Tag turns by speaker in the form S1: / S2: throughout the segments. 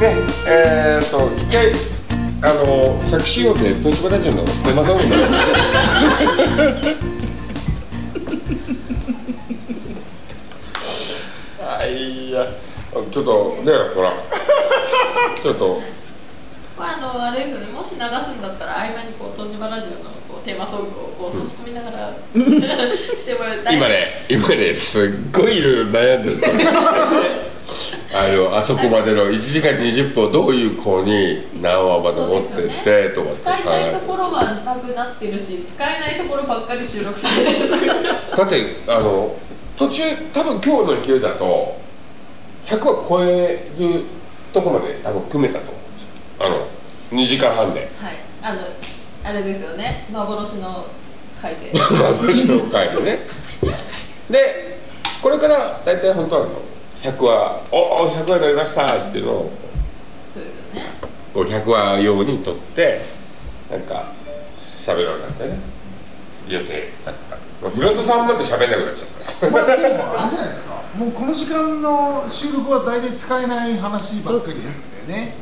S1: ねえー、っと一回あの着信音で東芝ラジオの小山さんもあいやちょっとねほらちょっと
S2: まああのあれですよねもし流すんだったら合間にこう東芝ラジオのこうテーマソングをこう差し込みながらしてもらいたい
S1: 今ね今ねすっごいいろいろ悩んでるあのあそこまでの1時間20分をどういう子に何話まで
S2: そ
S1: 持っ
S2: うです
S1: て
S2: よ
S1: っ
S2: ね
S1: てとかって考
S2: 使いたいと
S1: え
S2: ころはなくなってるし使えないところばっかり収録されて
S1: て
S2: る
S1: だってあの途中多分今日の勢いだと100は超えるとこまで多分組めたと思うんですよあの2時間半で
S2: はいあのあれですよね幻の回で
S1: 幻の回でねでこれから大体本当はあの100話「おお100話になりました」っていうのを
S2: そうですよね
S1: こう100話用に撮ってなんか喋ろうなんてね予定だったもう平戸さんまで喋んなくなっちゃった
S3: これでもあれじゃないですかもうこの時間の収録は大体使えない話ばっかりなんだよね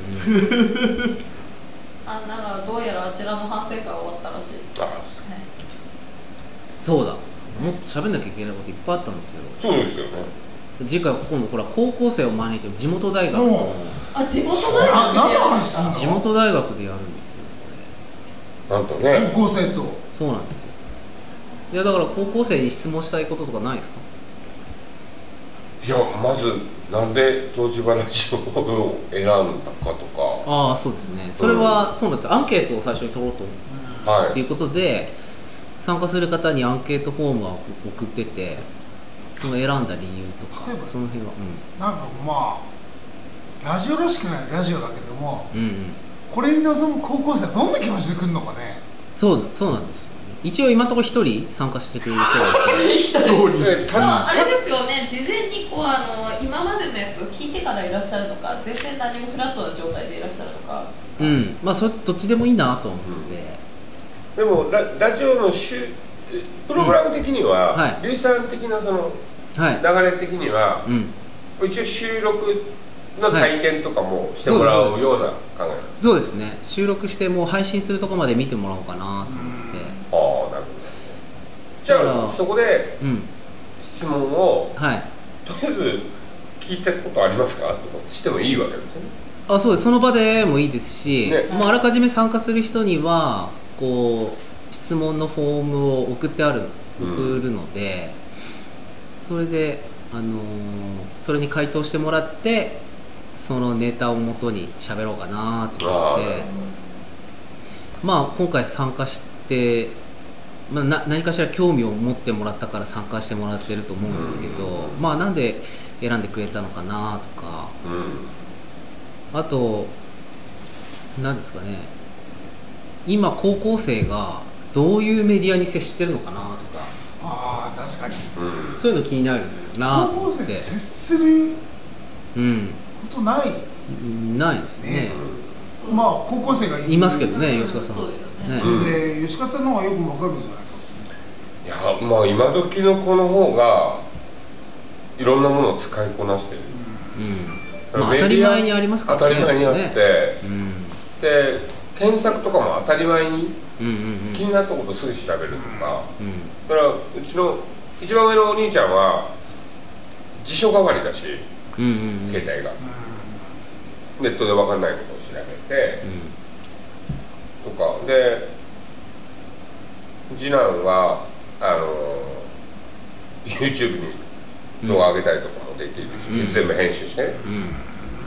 S2: あだからどうやらあちらの反省会が終わったらしい、
S1: あ
S2: はい
S4: そうだもっと喋んなきゃいけないこといっぱいあったんですよ
S1: そうですよね
S4: 次回今度ほら高校生を招いて地元大学
S3: も
S2: あ地元
S3: うな
S2: 大学
S3: 何
S2: でやるん
S3: の
S2: で
S3: 話
S2: すか
S3: す
S4: 地
S3: んの
S4: 元大学でやるんですよこれ
S1: なんとね
S3: 高校生と
S4: そうなんですよいやだから高校生に質問したいこととかないですか
S1: いやまずなんで東芝ラジオを選んだかとか
S4: ああそうですねそれは、そうなんですよアンケートを最初に取ろうと思うっ
S1: は
S4: て
S1: い
S4: いうことで参加する方にアンケートフォームは送っててその選んだ理由とか
S3: 例えば
S4: その辺は
S3: なんかまあラジオらしくないラジオだけども
S4: うんうんうん
S3: これに臨む高校生はどんな気持ちで来るのかね
S4: そうそうなんですよね一応今のところ一人参加してくれる人がいて
S1: でた
S2: ああれですよね事前にこうあの今までのやつを聞いてからいらっしゃるのか全然何もフラットな状態でいらっしゃるのか
S4: うん、まあそれどっちでもいいなと思ってて、
S1: でもララジオの週プログラム的に
S4: うんは
S1: はい龍さん的なその
S4: はい、
S1: 流れ的には
S4: うん、
S1: 一応収録の体験とかもしてもらうような考えなんです
S4: そうですね収録してもう配信するとこまで見てもらおうかなと思ってて
S1: ああなるほどじゃ
S4: う
S1: あ
S4: ん
S1: そこで
S4: うん
S1: 質問を
S4: はい
S1: とりあえず聞いたことありますかとかしてもいいわけですよね
S4: あそうですその場でもいいですし、
S1: ね
S4: もうあらかじめ参加する人にはこう質問のフォームを送ってある
S1: うん
S4: 送るので、それで、あのーそれに回答してもらってそのネタをもとに喋ろうかなと思っ
S1: あーなる
S4: て
S1: ほ
S4: まあ今回参加して、まあ、な何かしら興味を持ってもらったから参加してもらってると思うんですけど、
S1: うん
S4: まあなんで選んでくれたのかなとか。あと何ですかね今高校生がどういうメディアに接してるのかなとか
S3: ああ確かに
S1: うんうん
S4: そういうの気になるな
S3: 高
S4: と
S3: 校
S4: 思っ
S3: 生
S4: て
S3: と接する
S4: うん
S3: ことない
S4: ないですね
S3: ね
S2: そう
S3: まあ高校生がる
S4: いますけどね吉川さん
S2: そうですよね
S4: ね
S1: うん
S3: で吉川さんの方がよくわかるんじゃない
S1: いや
S3: か
S1: まあ今時の子の方がいろんなものを使いこなしてる
S4: うんまあ当たり前にありますから
S1: 当たり前にあって、
S4: うん
S1: で検索とかも当たり前に
S4: うんうん
S1: 気になったことすぐ調べるとか、
S4: うん
S1: だからうちの一番上のお兄ちゃんは辞書代わりだし
S4: うんうんうんうん
S1: 携帯が、
S3: う
S1: ネットで分かんないことを調べてとかで次男はあの YouTube に動画上げたりとかもできるし、
S4: うん
S1: 全部編集してね
S4: うん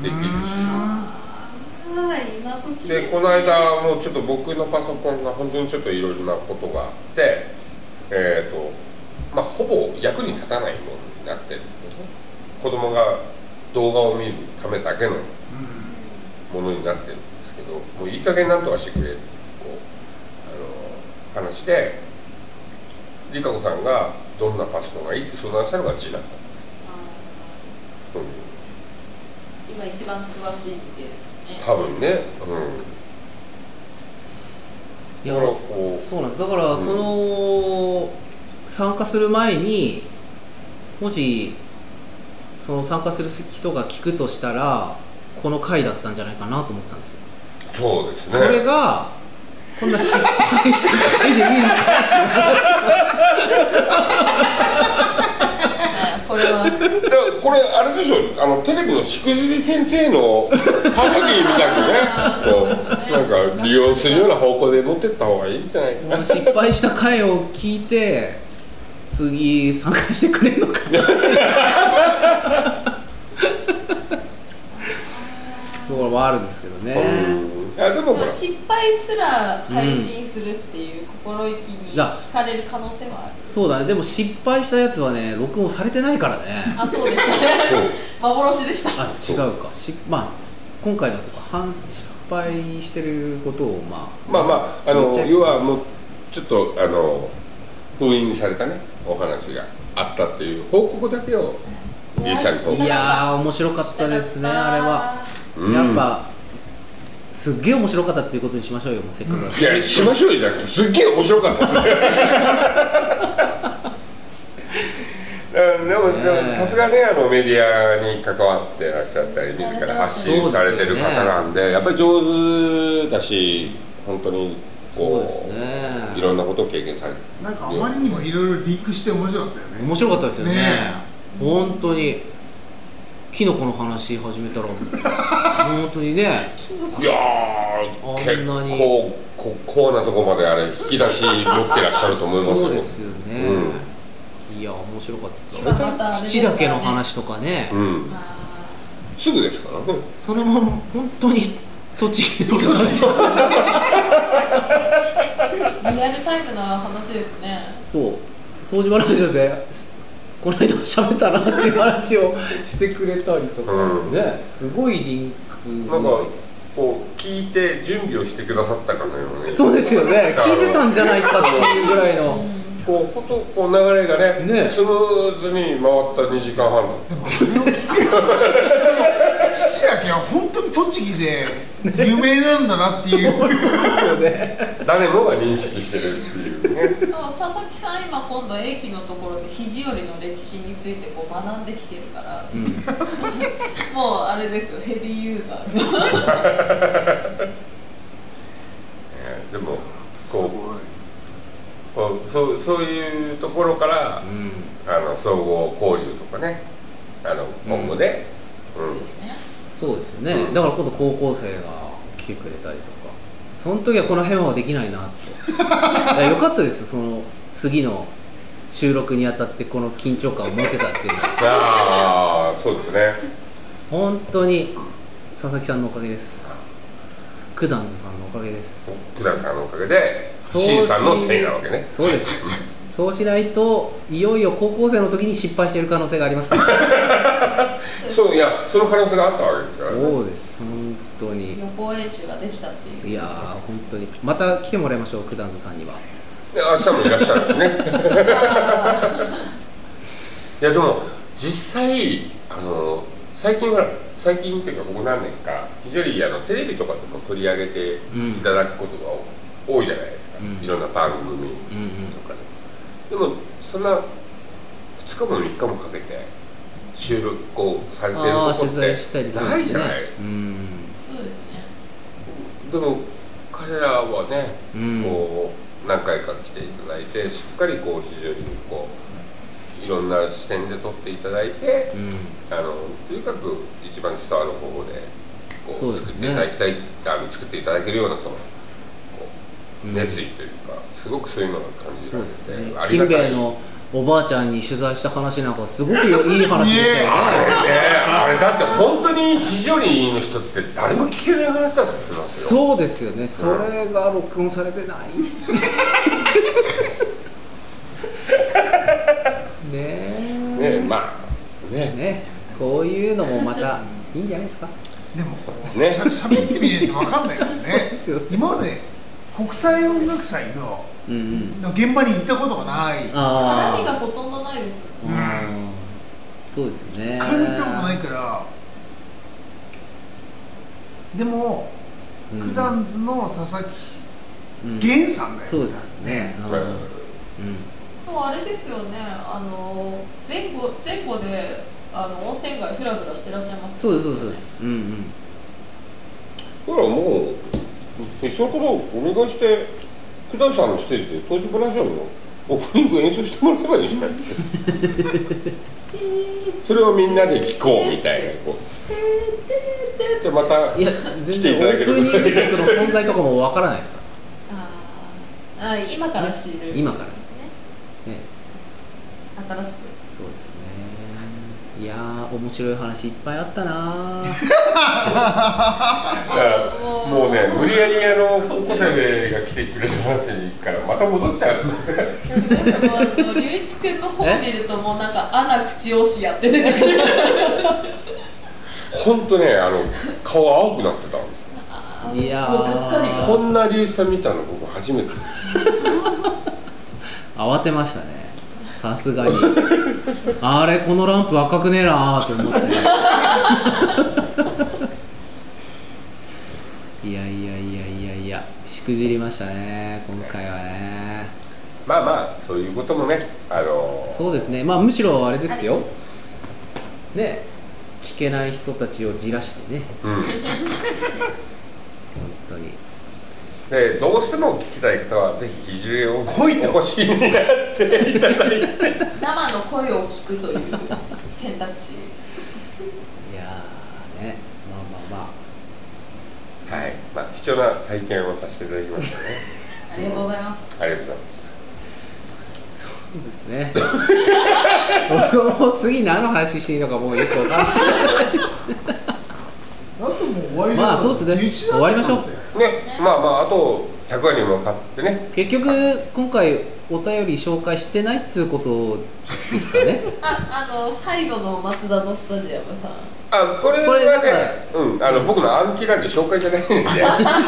S1: できる
S2: あー今時
S1: でこの間もうちょっと僕のパソコンが本当にちょっといろいろなことがあってえっ、とまあほぼ役に立たないものになってるんですね子供が動画を見るためだけの
S3: んうん
S1: ものになってるんですけどもういい加減なんとかしてくれってこうあの話で理香子さんがどんなパソコンがいいって相談したのが次男だった、うん、
S2: 今一番詳しいんですね
S1: 多分ね、うん、
S4: いや
S1: だからこう
S4: そうなんですだからその、参加する前にもしその参加する人が聞くとしたらこの回だったんじゃないかなと思ってたんですよ
S1: そうですね
S4: それがこんな失敗した回でいいのか
S2: あこれは
S1: だからこれあれでしょあのテレビのしくじり先生のパロディみたい な
S2: あ
S1: ね
S2: ー
S1: こ
S2: そうですね
S1: うなんか利用するような方向で持ってった方がいいんじゃないか
S4: こ
S1: な
S4: の失敗した回を聞いて次参加してくれるのかなだところはあるんですけどね
S1: うんあでも
S2: で
S1: ほ
S2: も
S1: ら
S2: 失敗すら配信するっていう心意気に
S4: いや
S2: 惹かれる可能性はある
S4: そうだねでも失敗したやつはね録音されてないからね
S2: あそうですね 幻でした
S4: あ違うかしまあ今回のそうか反失敗してることをまあ
S1: まあまああの
S4: めっちゃ
S1: 要はもうちょっとあの封印されたねお話があったっていう報告だけをリーさんに報
S4: い
S1: 告
S4: やー面白かったですねあれは
S1: うん
S4: やっぱすっげえ面白かったっていうことにしましょうよもうせっかくだし
S1: いやしましょうよじゃなくてすっげえ面白かったねうんでもで
S4: ね
S1: も
S4: え
S1: さすがねあのメディアに関わってらっしゃったり自ら発信されてる方なんでやっぱり上手だし本当に
S4: そう
S1: こ
S4: です
S1: う
S4: ね
S1: いろんなことを経験されて
S3: なんかあまりにもいろいろリンクして面白かったよね
S4: 面白かったですよね
S3: ね
S4: 本当にキノコの話始 めたら本当にね
S1: いやー
S4: あ
S1: 結
S4: んなに
S1: 構ここうなとこまであれ引き出し持ってらっしゃると思いますよ
S4: そうですよね、いや面白か
S2: 今
S4: っ
S2: また
S4: た
S2: あれです
S4: 土
S2: よね
S4: だけの話とかね、
S1: うん、すぐですからね
S4: そのまま本当に栃木の話
S2: あーリアルタイムな話ですね
S4: そう東芝ラジオですこの間喋ったなっていう話をしてくれたりとか
S1: うん
S4: ねすごいリンク
S1: なんかこう聞いて準備をしてくださったかのように
S4: そうですよね聞いてたんじゃないかっていうぐらいの
S1: こうことこう流れがね
S4: ね
S1: スムーズに回った2時間半だった
S3: 父だけは本当に栃木で有名なんだなっていう
S4: ですよね
S1: 誰もが認識してるっていうね
S2: でも佐々木さん今今度駅のところで肘折の歴史についてこう学んできてる から、もうあれですよヘビーユーザーですよ
S1: えーでも
S3: すごい
S1: こうこうそうそういうところから
S4: うん
S1: あの総合交流とかねあの今後ね、うん
S2: ね
S4: そうですよね、
S1: うん
S4: だから今度高校生が来てくれたりとかその時はこの辺はできないなって だからよかったですその次の収録にあたってこの緊張感を持てたっていうのは
S1: ああそうですね
S4: 本当に佐々木さんのおかげです九段図さんのおかげです
S1: 福田さんのおかげで
S4: そう
S1: 新さんのせいなわけね
S4: そうですそうしないといよいよ高校生の時に失敗してる可能性がありますから
S1: そういやその可能性があったわけですから、ね、
S4: そうです本当に
S2: 予行演習ができたっていう
S4: いやー本当にまた来てもらいましょう九段図さんには
S1: で明日もいらっしゃるんですねいやでも実際あの最近ほら最近というかここ何年か非常にあのテレビとかでも取り上げていただくことが多多いじゃないですか、
S4: うん
S1: いろんな番組
S4: うんうん
S1: とかでもでもそんな2日も3日もかけて収録をされてるとこっ
S4: ああ
S1: て
S4: 取材したりするん
S1: な
S4: で
S1: い
S4: す
S1: じ
S4: ね
S1: ゃない
S4: うん
S2: そうですね
S1: でも彼らはね、
S4: うん
S1: こう何回か来ていただいてしっかりこう非常にこういろんな視点で撮っていただいて
S4: う、ん
S1: あのとにかく一番伝わる方法でこう
S4: そうです
S1: 作っ
S4: ね
S1: ていただきたいあの作っていただけるようなそのこう
S4: うん
S1: 熱意というか、すごくそういうのが感じ
S4: そ
S1: ら
S4: う
S1: れ
S4: です
S1: て、
S4: ね
S1: あり
S4: 金
S1: が
S4: 兵
S1: た
S4: 衛
S1: い。
S4: のおばあちゃんに取材した話なんかすごくいい話でしたよ
S1: あれ
S4: ね
S1: ね、あれだって本当に非常にいいの人って誰も聞けない話だと思いますよ
S4: そうですよねそれが録音されてない ねえ
S1: ねまあね
S4: ねこういうのもまたいいんじゃないですか
S3: でも
S1: ね
S3: しゃ喋ってみないと分かんないからね
S4: ですよね
S3: 今まで国際音楽祭の
S4: うんうん
S3: の現場に行ったことがない一
S4: あ
S2: 絡みが
S4: あ
S2: ほとんどないですよ
S4: う
S3: うん
S4: んそうですよね
S3: 回も行ったことないからでも
S4: うん
S3: 九段図の佐々木
S4: うん
S3: 源さんだよね
S4: そうですねうんうん
S2: でもあれですよねあの前後前後であの温泉街ふらふらしてらっしゃいます
S4: そうですそうですそうですうんうん
S1: ほらもう一緒のことをお願いして九段さんのステージで東芝ラジオのオープニング演奏してもらえばいいじゃないそれをみんなで聴こうみたいなこうじゃあまた
S4: いや全然オープニング曲の存在とかもわからないですか
S2: あーあー今から知る
S4: 今から
S2: です
S4: らね
S2: ね新しく
S4: そうですねいやー面白い話いっぱいあったなー
S1: だからもうね無理やりあの高校生が来てくれた話からまた戻っちゃうんですよ
S2: もう龍一君の本見るともうなんか「穴口押し」やって出てくる
S1: ほんとねあの顔青くなってたんですよ
S2: あ
S4: いやー
S2: もうがっかり
S1: こんな龍一さん見たの僕初めて
S4: 慌てましたねさすがにあれこのランプ赤くねえなーって思って いやいやいやいやいやしくじりましたね今回はね
S1: まあまあそういうこともねあの
S4: そうですねまあむしろあれですよね聞けない人たちをじらしてね
S1: うん
S4: 本当に
S1: でどうしても聞きたい方はぜひ肘れを来いお越しになっていただいて
S2: 生の声を聞くという選択肢
S4: いやーねまあまあまあ
S1: はいまあ貴重な体験をさせていただきましたね
S2: ありがとうございます
S1: ありがとうございます
S4: そうです ね僕はもう次何の話していいのかもうよくわかんない
S3: だってもう終わりだ
S4: まあそうですね終わりましょう
S1: ねまあまああと100話に向かってね
S4: 結局今回お便り紹介してないっていうことですかね
S2: ああのサイドの松田のスタジアムさん
S1: あこれ
S4: これだ
S1: は
S4: から
S1: ねうんあの僕の暗記なんで紹介じゃないんで あ
S2: なる
S1: の
S2: ほ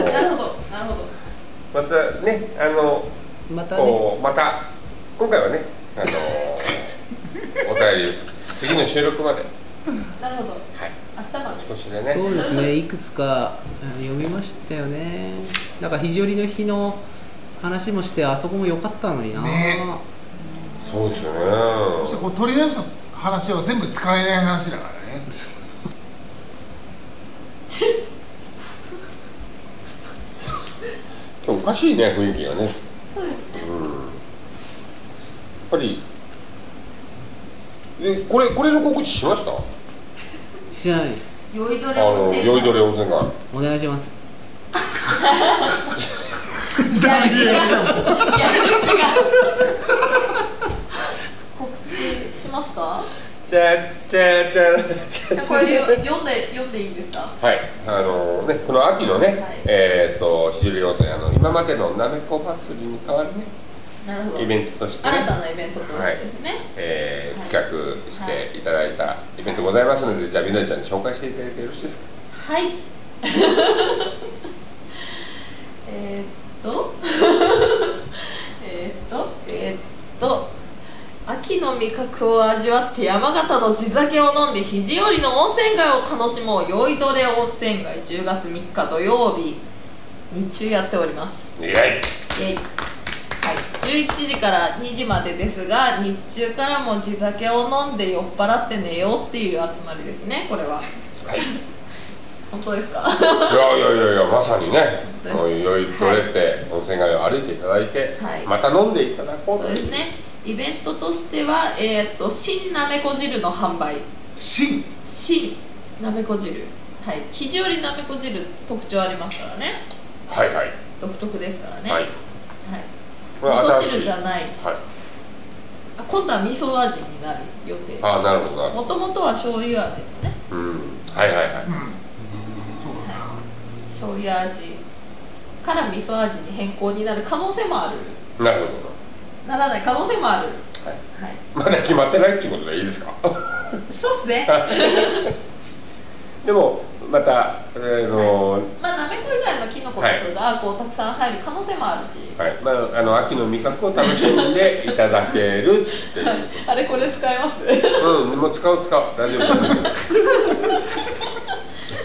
S2: どなるほど
S1: またねあの
S4: またね
S1: こうまた今回はねあのお便り次の収録まではい
S2: なるほど明日まで
S1: 少しでね
S4: そうですねいくつかうん読みましたよねなんか肘折の日の話もしてあそこも良かったのにな、
S3: ね
S1: そうですよね
S3: そしてこう取り出した話は全部使えない話だからね
S1: 今日おかしいね雰囲気がね
S2: そうですね
S1: うんやっぱりえこれこれの告知しましたあ
S4: 知らないです
S2: 酔いどれ
S1: の
S2: をせ
S1: 酔いどれ温泉が
S4: お願いします
S2: やる気がやる気が告知しますか
S1: じゃじゃじゃ
S2: これよ読んで読んでいいんですか
S1: はい、あのね、この秋のね、
S2: はい
S1: えっ、と、非常に要素にあの、今までのなめこ祭りに代わるね、
S2: なるほど
S1: イベントとしてね、
S2: 新たなイベントとしてですね、
S1: えー
S2: はい
S1: 企画していただいたイベントございますので、じゃあ、みのりちゃんに紹介していただいてよろしいですか。
S2: はい。 えーっと。 えーっと、えーっと。秋の味覚を味わって山形の地酒を飲んで肘折の温泉街を楽しもう酔いどれ温泉街10月3日土曜日日中やっております
S1: イエイ
S2: イェイはい、11時から2時までですが日中からも地酒を飲んで酔っ払って寝ようっていう集まりですねこれは
S1: はい、い
S2: 本当ですか
S1: やいやいやいや、まさにね、
S2: 当に
S1: こういう酔いどれって、温泉街を歩いていただいて、
S2: はい
S1: また飲んでいただこう
S2: そうですね。イベントとしては、えー、と新なめこ汁の販売
S3: し
S2: 新なめこ汁はい肘折なめこ汁特徴ありますからね
S1: はいはい、
S2: 独特ですからね
S1: はい、これ
S2: はい、
S1: は
S2: 味噌汁じゃ
S1: はい。
S2: ないあ今度は味噌味になる予定
S1: ああ、なるほど、なるほ
S2: もともとは醤油味ですね
S1: ど。うん、はいはいはい。
S2: 醤油味から味噌味に変更になる可能性もある
S1: なるほ
S2: ならない可能性もある
S1: ど。はい。
S2: はい
S1: まだ決まってないっていうことでいいですか。
S2: そうっすね
S1: でもまた、えーの
S2: まあなめこ以外のキノコとかがこうたくさん入る可能性もあるし
S1: はいまあ、あの秋の味覚を楽しんでいただけるっていう、
S2: あれこれ使えます
S1: うん、もう使う使う大丈夫
S2: そ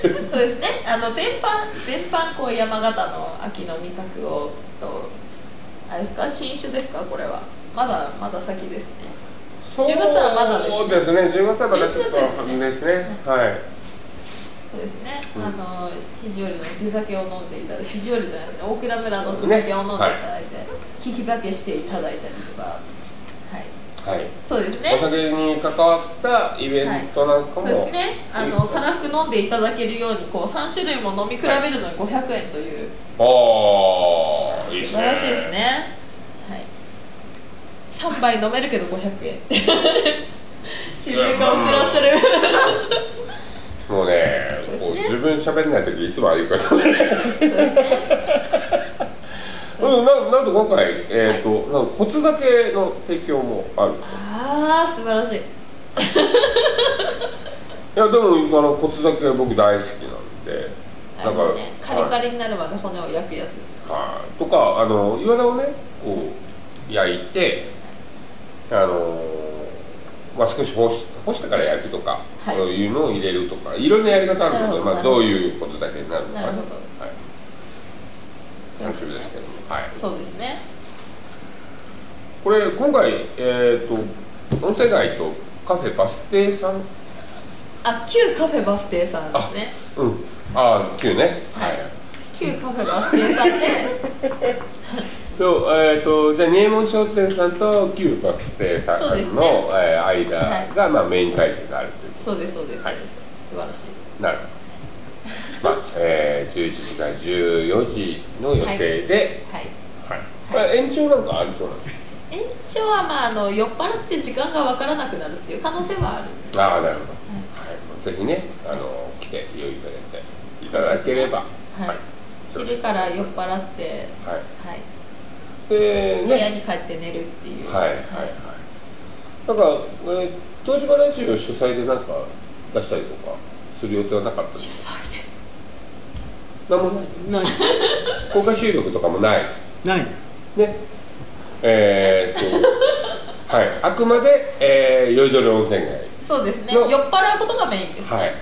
S2: うですねあの全般全般こう山形の秋の味覚をとあれですか新種ですかこれはまだまだ先ですね
S1: そう
S2: 10月はまだですね
S1: そうですね10月はまだちょっと
S2: 11月ですね
S1: ですねはい
S2: そうですね、
S1: うん
S2: あの肘折の地酒を飲んでいただいて肘折じゃないですね大蔵村の地酒を飲んでいただいて、聞き酒していただいたりとかはい
S1: はい
S2: そうです
S1: お
S2: ね
S1: 酒に関わったイベントなんか
S2: そう
S1: も、
S2: ですねあのたらふく飲んでいただけるようにこう3種類も飲み比べるのに500円という、
S1: ああいいで
S2: 素
S1: す
S2: 晴
S1: ね
S2: らしいですねはい3杯飲めるけど500円 渋い顔してらっしゃる
S1: もうね
S2: そうですね
S1: こう自分喋んない時いつもああいう感じ
S2: そうですね
S1: うんななんと今回えっ、と、なんかコツだけの提供もある
S2: ああ素晴らしい
S1: いやでもあのコツだけ僕大好きなんで
S2: あ
S1: だから
S2: のねカリカリになるまで骨を焼くやつです
S1: はいとかあのイワナをねこう焼いてあのまあ、少し干し干してから焼くとか、
S2: はい
S1: そういうのを入れるとかいろんなやり方あるので
S2: なるほど
S1: まあ、どういうことだけになるのか
S2: なるほど
S1: はい、楽しみですけども、はい、
S2: そうですね
S1: これ今回、えー、と音声街とカフェバス停さん
S2: あ旧カフェバス停さんですね
S1: うんああ旧ね
S2: はい旧カフェバス停さんで
S1: とえー、とじゃあ仁右衛門商店さんと旧バス停さん
S2: そ
S1: の、
S2: うですね
S1: えー間が、まあ、メイン会場になるという
S2: そうですそうです、
S1: はい
S2: 素晴らしい
S1: なるほど、まあえー、11時から14時の予定で、
S2: はい
S1: はい
S2: はい
S1: まあ、延長なんかありそうなんです
S2: 延長はまああの酔っ払って時間がわからなくなるっていう可能性はある
S1: ああなるほど、はい、ぜひねあの来て用意いただいていただければ、
S2: はい、
S1: はい
S2: 昼から酔っ払って
S1: はい
S2: はい
S1: で
S2: 部
S1: ね
S2: 屋に帰って寝るっていう
S1: はいはいはい。なんか、えー、東芝ラジオ主催でなんか出したりとかする予定はなかったんで
S2: 主
S1: す
S2: 催で
S1: なんもない。
S4: ない
S1: 公開収録とかもない。
S4: ないです
S1: ね。えー、っと、 はい。あくまで、えー、酔いどれ温泉街。
S2: そうですね酔
S1: の
S2: っ払うことがメインですね
S1: はい。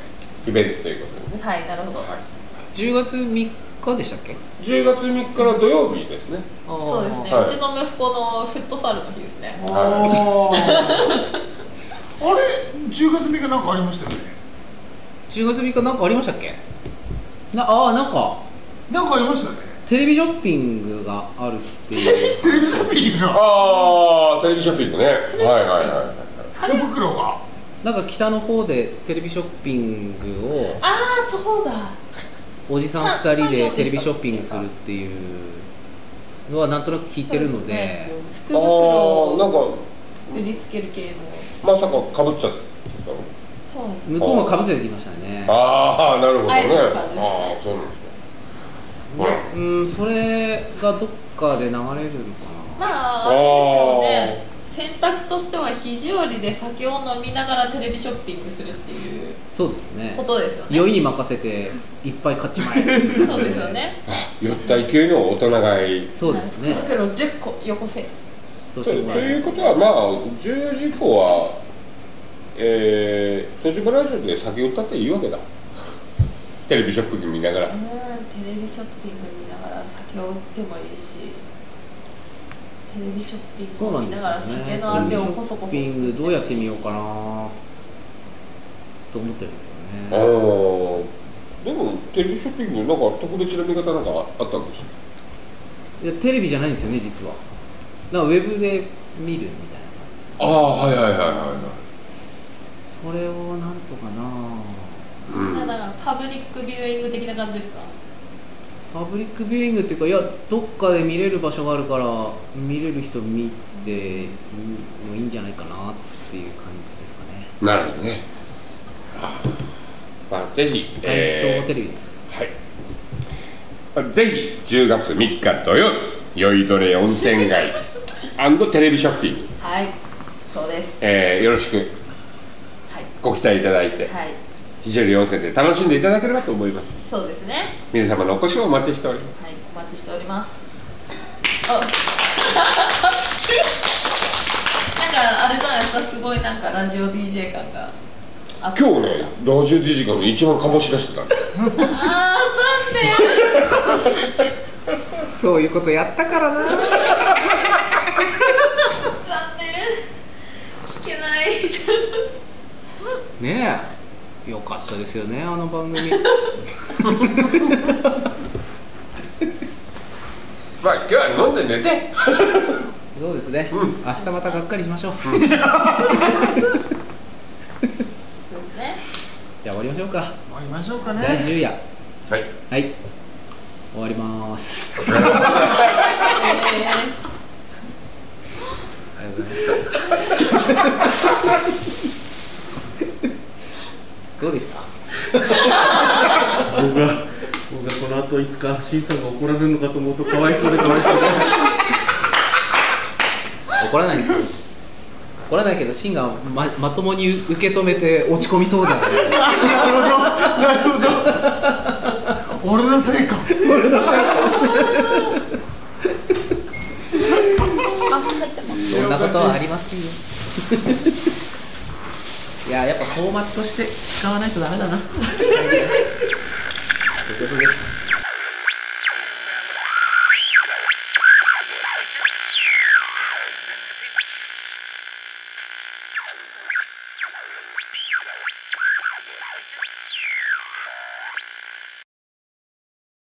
S1: イベントということでね。
S2: はい、なるほど、
S1: はい
S4: 10月3日でしたっけ
S1: 10月3日の土曜日ですね。
S4: あー
S2: そうですね、
S1: はいう
S2: ちの息子のフットサルの日ですね
S3: あーあれ10月3日なんかありましたよね
S4: 10月3日なんかありましたっけなああなんか
S3: なんかありましたね
S4: テレビショッピングがあるっ ていう
S3: テレビショッピングが
S1: ああ、テレビショッピングね。はい
S2: ビショッピング
S1: はいはい。
S3: 福袋が
S4: なんか北の方でテレビショッピングを
S2: ああそうだ
S4: おじさん2人でテレビショッピングするっていうのはなんとなく聞いてるので
S2: 福
S1: あ
S2: 袋
S1: あー、なん
S2: を
S1: か、
S2: 売りつける系の
S1: まさか被っちゃったの
S2: そうです
S4: 向こうもかぶせてきましたね
S1: ああなるほどね
S2: アイドル感ですね
S1: ああそうなんですねほら
S4: うんそれがどっかで流れるのか
S2: ま
S4: な
S2: ああれですよね選択としては肘折で酒を飲みながらテレビショッピングするっていう
S4: そうですね
S2: ことですよね
S4: 酔いに任せていっぱい買っちまえ
S2: そうですよね
S1: 酔った勢いの大人買い
S4: そうですね
S2: 福袋10個よこせ
S4: そう
S1: と
S4: し
S1: と
S4: てもらえ
S1: いうことはまあ10時以降はえー、戸島ラジオで酒売ったっていいわけだテレビショッピング見なが
S2: う
S1: ら
S2: んテレビショッピング見ながら酒を売ってもいいしテレビショッピン
S4: そう
S2: グを見
S4: なんで
S2: な
S4: す
S2: がら
S4: よね
S2: 酒のあ
S4: テレビ
S2: て
S4: シ
S2: を
S4: ョ
S2: こそこ
S4: ッ
S2: そ
S4: ピングどうやってみようか
S2: な
S4: なと思ってるんですよ
S1: ああ
S4: ね
S1: でもテレビショッピングなんか特別な見方なんかあったんですよ
S4: いやテレビじゃないんですよね実はなんかウェブで見るみたいな感じ
S1: ああはいはいはいはいはい
S4: それをなんとかな
S1: うん
S2: だからパブリックビューイング的な感じですか
S4: パブリックビューイングっていうかいやどっかで見れる場所があるから見れる人見ていいもいいんじゃないかなっていう感じですかね
S1: なるほどねああまあぜひ
S4: 街頭テレビです、
S1: はい。ぜひ10月3日土曜日、酔いどれ温泉街テレビショッピング、
S2: はいそうです
S1: えーよろしく
S2: はい
S1: ご期待いただいて、
S2: はい
S1: 非常に温泉で楽しんでいただければと思います。
S2: そうですね
S1: 皆様のお越しをお待ちしておりま
S2: はい、お待ちしております。あなんかあれじゃないですか、すごいなんかラジオ DJ 感があっ
S1: す。
S2: た。
S1: 今日ね、ラジオ時間の一番醸し出してたんです。
S2: あー、なんで
S4: そういうことやったからな
S2: 残念。聞けない。
S4: ねえよかかったですよねあの番 組
S1: まあ今日は飲んで寝て
S4: そうですね、
S1: うん
S4: 明日またがっかりしましょう、
S2: そうですね
S4: じゃあ終わりましょうか
S3: 終わりましょうかね
S4: 第10夜
S1: はい
S4: はい終わりまーす
S2: えー
S4: ありがとうございましたどうでした
S5: 僕が僕がこの後いつか C さんが怒られるのかと思うとかわいそうでかわいそうで
S4: 怒らないんですか怒らないけどシンがままともに受け止めて落ち込みそうだね
S3: 俺のせいか
S4: そんなことはありますよい ややっぱフォーマットして使わないとダメだなということです